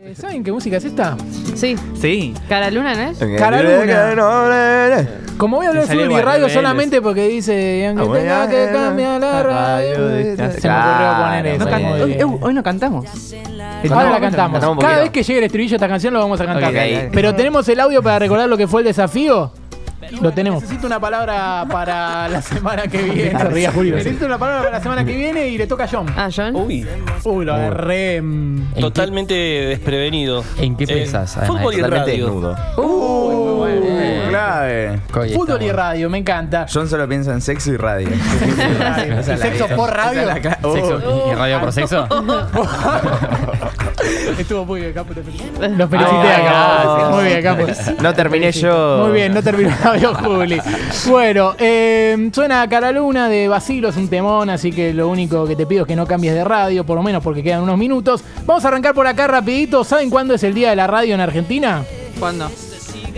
Eh, ¿Saben qué música es esta? Sí. Sí. Cara Luna, ¿no es? Como voy a hablar Te sale igual, de fútbol y radio rebeldes. solamente porque dice, aunque Ah, bueno, tenga eh, que cambiar la radio. radio, Se me ocurrió poner Claro, esa. No Muy can- bien. hoy, Eh, eh, hoy no cantamos. Ahora la Cantamos, cantamos. cantamos un Cada poquito. vez que llegue el estribillo de esta canción lo vamos a cantar. Ok. Pero tenemos el audio para recordar lo que fue el desafío. Lo tenemos. Necesito una palabra para la semana que viene. Necesito una palabra para la semana que viene y le toca a John. Ah, John. Uy, Uy, lo agarré. mm. totalmente desprevenido. en qué Eh, pensás, además? Fútbol y Totalmente radio. desnudo. Clave. Coy, Fútbol y estamos. radio, me encanta. John solo piensa en sexo y radio. ¿Y sexo por radio? Esa es la cla- Oh. ¿Sexo? ¿Y radio por sexo? Estuvo muy bien, Capo. te felicito. Lo felicité Ah, acá. gracias. Muy bien, Capo. No terminé yo. Muy bien, no terminó el audio, Juli. Bueno, eh, suena Caraluna de Basilos, un temón, así que lo único que te pido es que no cambies de radio, por lo menos porque quedan unos minutos. Vamos a arrancar por acá rapidito. ¿Saben cuándo es el Día de la Radio en Argentina? ¿Cuándo?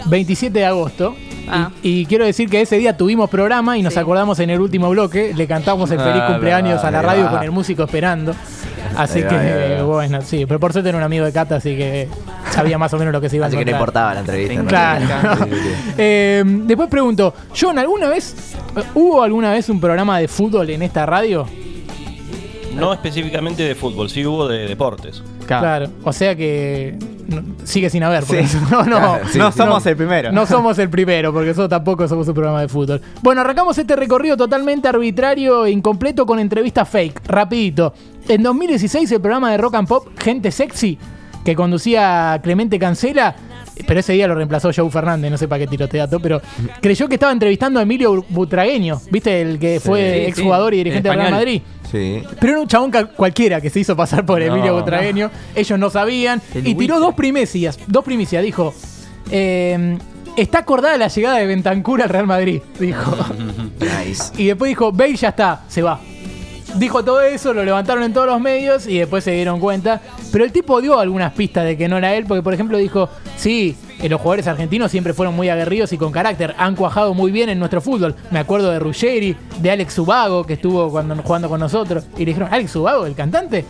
27 de agosto. Ah. Y quiero decir que ese día tuvimos programa y nos acordamos en el último bloque, le cantamos el feliz Ah, cumpleaños a la ahí radio va. con el músico esperando. Así Ahí va, que, ahí va. bueno, sí, pero por suerte era un amigo de Cata, así que sabía más o menos lo que se iba a Así que no encontrar. importaba la entrevista. ¿no? Claro. Sí, sí, sí. Eh, después pregunto, John, ¿alguna vez eh, hubo alguna vez un programa de fútbol en esta radio? No específicamente de fútbol, sí hubo de deportes. Claro. O sea que no- sigue sin haber. porque Sí. No, no, Claro, sí, No sí. somos el primero. No somos el primero, porque nosotros tampoco somos un programa de fútbol. Bueno, arrancamos este recorrido totalmente arbitrario e incompleto con entrevistas fake. Rapidito. En 2016 el programa de rock and pop Gente Sexy, que conducía Clemente Cancela, pero ese día lo reemplazó Joe Fernández, no sé para qué tiro este dato, pero creyó que estaba entrevistando a Emilio Butragueño, ¿viste? El que fue sí, exjugador y el dirigente de Real español. Madrid. Sí. Pero era un chabón ca- cualquiera que se hizo pasar por Emilio Butragueño. Ellos no sabían. El y tiró buitre. dos primicias. Dos primicias. Dijo: eh, Está acordada la llegada de Bentancur al Real Madrid. Dijo. Nice. y después dijo: Bale ya está, se va. Dijo todo eso, lo levantaron en todos los medios y después se dieron cuenta. Pero el tipo dio algunas pistas de que no era él, porque por ejemplo dijo: Sí, eh, los jugadores argentinos siempre fueron muy aguerridos y con carácter. Han cuajado muy bien en nuestro fútbol. Me acuerdo de Ruggeri, de Alex Subago, que estuvo cuando, jugando con nosotros. Y le dijeron: ¿Alex Subago, el cantante?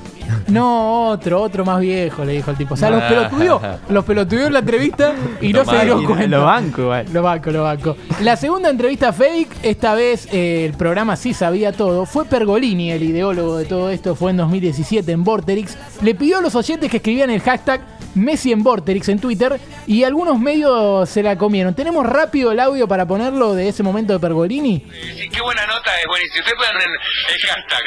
No, otro, otro más viejo, le dijo el tipo. O sea, los pelotudió. Los pelotudió en la entrevista y no se dieron cuenta. Ah. Lo banco igual. Lo banco, lo banco. La segunda entrevista fake, esta vez eh, el programa sí sabía todo, fue Pergolini, el ideólogo de todo esto, fue en 2017 en Vorterix. Le pidió a los oyentes que escribían el hashtag Messi en Vorterix en Twitter y algunos medios se la comieron. ¿Tenemos rápido el audio para ponerlo de ese momento de Pergolini? Qué buena nota es, buenísimo. Ustedes ponen el hashtag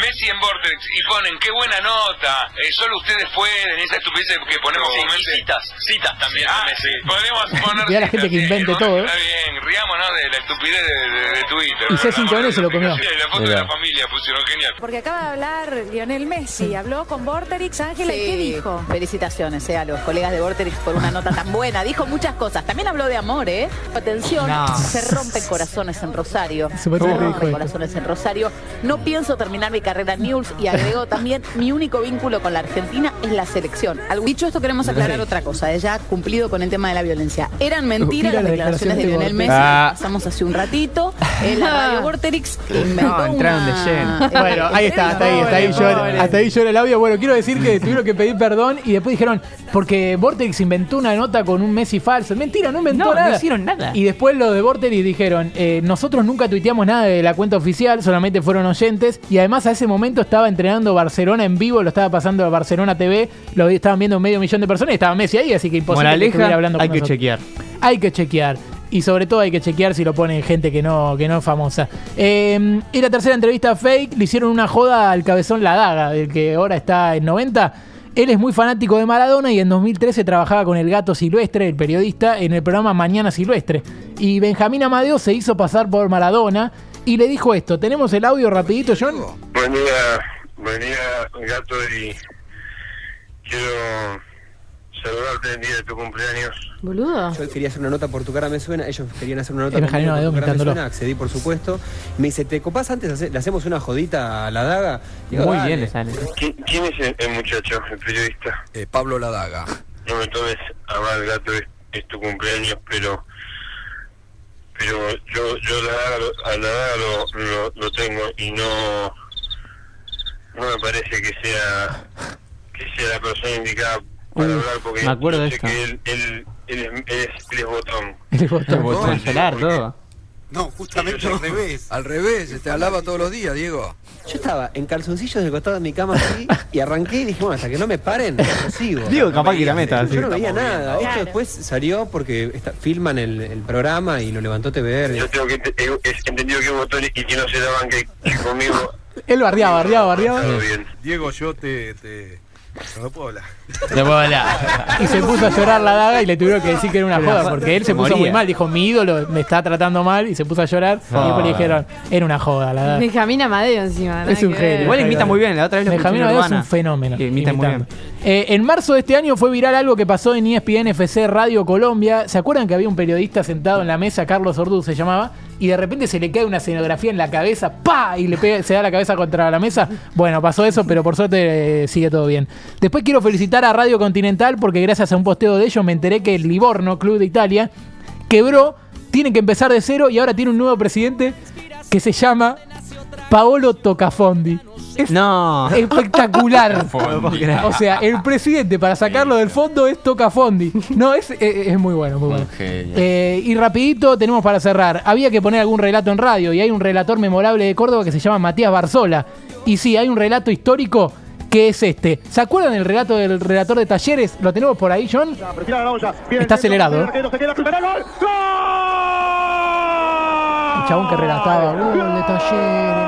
Messi en Vortex y ponen qué buena nota. eh, solo ustedes pueden, esa estupidez que ponemos citas, citas también. Ah, Podemos poner. Mirá la gente que citas, invente sí, todo, Está eh. bien, riámonos de la estupidez de, de- de Twitter. Y Ceci Antonelli se lo comió. Sí, La foto de Mirá. la familia pusieron genial. Porque acaba de hablar Lionel Messi, habló con Vorterix, Ángela, ¿y qué Sí, dijo? Felicitaciones eh, a los colegas de Vorterix por una nota tan buena. Dijo muchas cosas. También habló de amor, ¿eh? Atención, se rompen corazones en Rosario. Se mató, rompen dijo él. corazones en Rosario. No pienso terminar mi carrera en News y agregó también mi único vínculo con la Argentina es la selección. Algo- Dicho esto, queremos aclarar otra cosa. Ella ha cumplido con el tema de la violencia. Eran mentiras Mira las la declaración declaraciones de de Ah. Lionel Messi. Ah. Pasamos hace un ratito. En la radio Vorterix que inventó No, entraron de una- lleno. Bueno, ahí está, hasta ahí, hasta ahí, yo, pobre. hasta ahí yo era el audio. Bueno, quiero decir que tuvieron que pedir perdón y después dijeron, porque Vortex inventó una nota con un Messi falso. Mentira, no inventó No, no nada. hicieron nada. Y después los de Vortex dijeron, eh, nosotros nunca tuiteamos nada de la cuenta oficial, solamente fueron oyentes. Y además a ese momento estaba entrenando Barcelona en vivo, lo estaba pasando a Barcelona TV, lo vi- estaban viendo medio millón de personas y estaba Messi ahí, así que imposible que estuviera Moraleja, hablando con hay que nosotros chequear. hay que chequear. Y sobre todo hay que chequear si lo pone gente que no, que no es famosa. Eh, y la tercera entrevista fake, le hicieron una joda al cabezón La Daga, del que ahora está en 90. Él es muy fanático de Maradona y en 2013 trabajaba con el gato Silvestre, el periodista, en el programa Mañana Silvestre. Y Benjamín Amadeo se hizo pasar por Maradona y le dijo esto. Tenemos el audio rapidito, John. Buen día, buen día, gato, y quiero saludarte el día de tu cumpleaños. Boludo. Yo quería hacer una nota por tu cara me suena, ellos querían hacer una nota El conmigo Janino por Adedo tu cara me imitándolo. suena, accedí por supuesto. Me dice, ¿te copás antes? Hace- ¿Le hacemos una jodita a la daga? Digo, Muy dale. bien le sale. ¿Qui- ¿Quién es el, el muchacho, el periodista? Eh, Pablo Ladaga. No me tomes a mal gato, es, es tu cumpleaños, pero pero yo, yo la daga lo- a la daga lo, lo, lo tengo y no no me parece que sea que sea la persona indicada para Uh, hablar porque me acuerdo yo de sé esto. que él, él, él es, él es- él es botón. El botón. Voy a llorar, todo. No, justamente al revés. Al revés, te hablaba todos los días, Diego. Yo estaba en calzoncillos del costado de mi cama así y arranqué y dije, bueno, hasta que no me paren, no sigo. Digo, capaz que la meta. así. Yo no veía estamos nada. Esto Claro. después salió porque está- filman el, el programa y lo levantó Yo TVR. tengo que ent- he- he entendido que es botón y que no se daban que, que conmigo. Él bardeaba, bardeaba, bardeaba. Todo bien. Diego, yo te. te... No puedo hablar. Y se puso a llorar la daga y le tuvieron que decir que era una Pero joda, porque él se puso moría. muy mal. Dijo, mi ídolo me está tratando mal y se puso a llorar. Y después le Ah. dijeron, era una joda la daga. Benjamín Amadeo encima. nada Es un que ver. genio. Igual imita muy bien, la otra vez lo escuché Benjamín en Amadeo es un Urbana. fenómeno. Que Imita muy bien. imitando. Eh, en marzo de este año fue viral algo que pasó en E ESPN FC Radio Colombia. ¿Se acuerdan que había un periodista sentado en la mesa, Carlos Ordú se llamaba, y de repente se le cae una escenografía en la cabeza, ¡pa! y le pega- se da la cabeza contra la mesa? Bueno, pasó eso, pero por suerte eh, sigue todo bien. Después quiero felicitar a Radio Continental porque gracias a un posteo de ellos me enteré que el Livorno, Club de Italia, quebró, tiene que empezar de cero y ahora tiene un nuevo presidente que se llama Paolo Tocafondi. Es No. espectacular. No puedo creer. O sea, el presidente para sacarlo del fondo es Tocafondi. No, es, es, es muy bueno, muy bueno. Eh, y rapidito tenemos para cerrar. Había que poner algún relato en radio y hay un relator memorable de Córdoba que se llama Matías Barzola. Y sí, hay un relato histórico que es este. ¿Se acuerdan del relato del relator de talleres? ¿Lo tenemos por ahí, John? Está acelerado. ¿eh? El chabón que relataba. "Gol de talleres.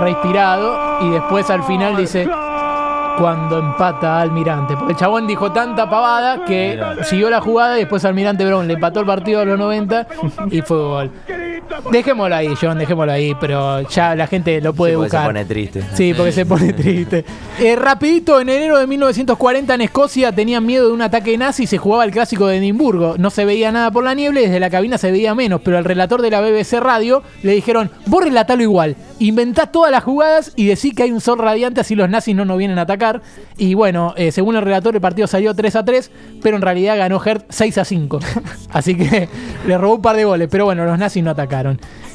respirado y después al final dice cuando empata Almirante. Porque el chabón dijo tanta pavada que siguió la jugada y después Almirante Brown le empató el partido a los 90 y fue gol. Dejémoslo ahí, John, dejémoslo ahí, pero ya la gente lo puede buscar. triste. Sí, porque se pone triste. Eh, rapidito, en enero de 1940 en Escocia tenían miedo de un ataque nazi y se jugaba el clásico de Edimburgo. No se veía nada por la niebla y desde la cabina se veía menos, pero al relator de la BBC Radio le dijeron, vos relatalo igual, inventá todas las jugadas y decís que hay un sol radiante así los nazis no nos vienen a atacar. Y bueno, eh, según el relator el partido salió 3 a 3, pero en realidad ganó Hertz 6 a 5. Así que le robó un par de goles, pero bueno, los nazis no atacaron.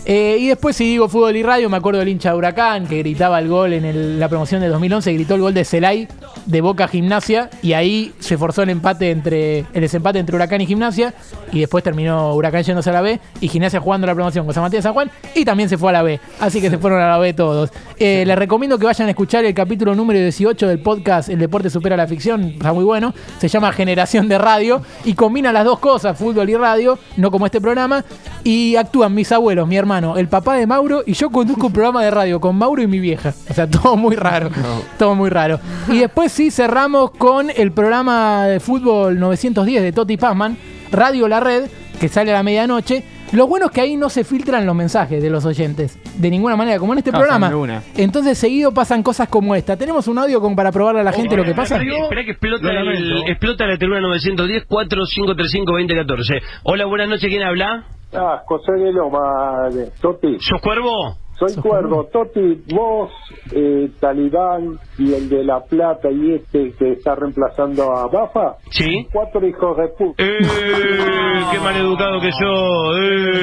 Eh, y después, si digo fútbol y radio, me acuerdo del hincha de Huracán que gritaba el gol en el- la promoción de 2011, gritó el gol de Celay de Boca a Gimnasia y ahí se forzó el empate entre el desempate entre Huracán y Gimnasia y después terminó Huracán yéndose a la B y Gimnasia jugando la promoción con San Matías de San Juan y también se fue a la B, así que se fueron a la B todos. Eh, Les recomiendo que vayan a escuchar el capítulo número 18 del podcast El deporte supera la ficción, está muy bueno, se llama Generación de Radio y combina las dos cosas, fútbol y radio, no como este programa, y actúan mis abuelos, mi hermano, el papá de Mauro y yo conduzco un programa de radio con Mauro y mi vieja. O sea, todo muy raro. Todo muy raro. Y después sí cerramos con el programa de fútbol 910 de Toti Pazman, Radio La Red, que sale a la medianoche. Lo bueno es que ahí no se filtran los mensajes de los oyentes, de ninguna manera, como en este No, programa. son de una. Entonces seguido pasan cosas como esta. Tenemos un audio como para probarle a Oh, la gente lo que pasa. Espera que explota, el, explota la tribuna 910 4535 2014. Hola, buenas noches, ¿quién habla? Ah, José de Loma, Toti. ¿Sos cuervo? Soy Cuervo, Toti, vos, eh, Talibán y el de La Plata y este que está reemplazando a Bafa, Sí. cuatro hijos de puta. ¡Eh! ¡Qué maleducado que yo! ¡Eh!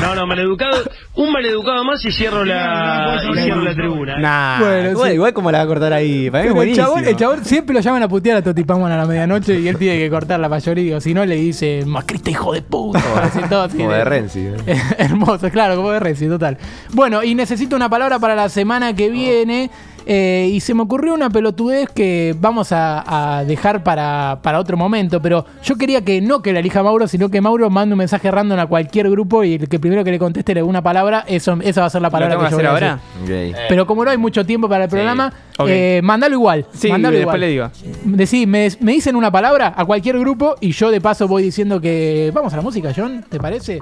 No, no, maleducado. Un maleducado más y cierro la, y cierro la tribuna. eh. Nah. Bueno, igual, sí. igual como la va a cortar ahí. Para mí es Pero el buenísimo. chabón, el chabón siempre lo llaman a putear a Toti Pazman a la medianoche y él tiene que cortar la mayoría, o si no le dice, macrista hijo de puta. así, todo así Como de- de Renzi. ¿eh? Hermoso, claro, como de Renzi, total. Bueno, y necesito una palabra para la semana que viene. eh, y se me ocurrió una pelotudez que vamos a, a dejar para, para otro momento, pero yo quería que no que la elija Mauro, sino que Mauro mande un mensaje random a cualquier grupo y el que primero que le conteste le una palabra, eso, esa va a ser la ¿Lo palabra tengo que que yo hacer voy a ahora? decir. Eh. Pero como no hay mucho tiempo para el programa, Ok. eh, mandalo igual. Sí, mandalo después igual. le digo. Decí, me, me dicen una palabra a cualquier grupo y yo de paso voy diciendo que. Vamos a la música, John, ¿te parece?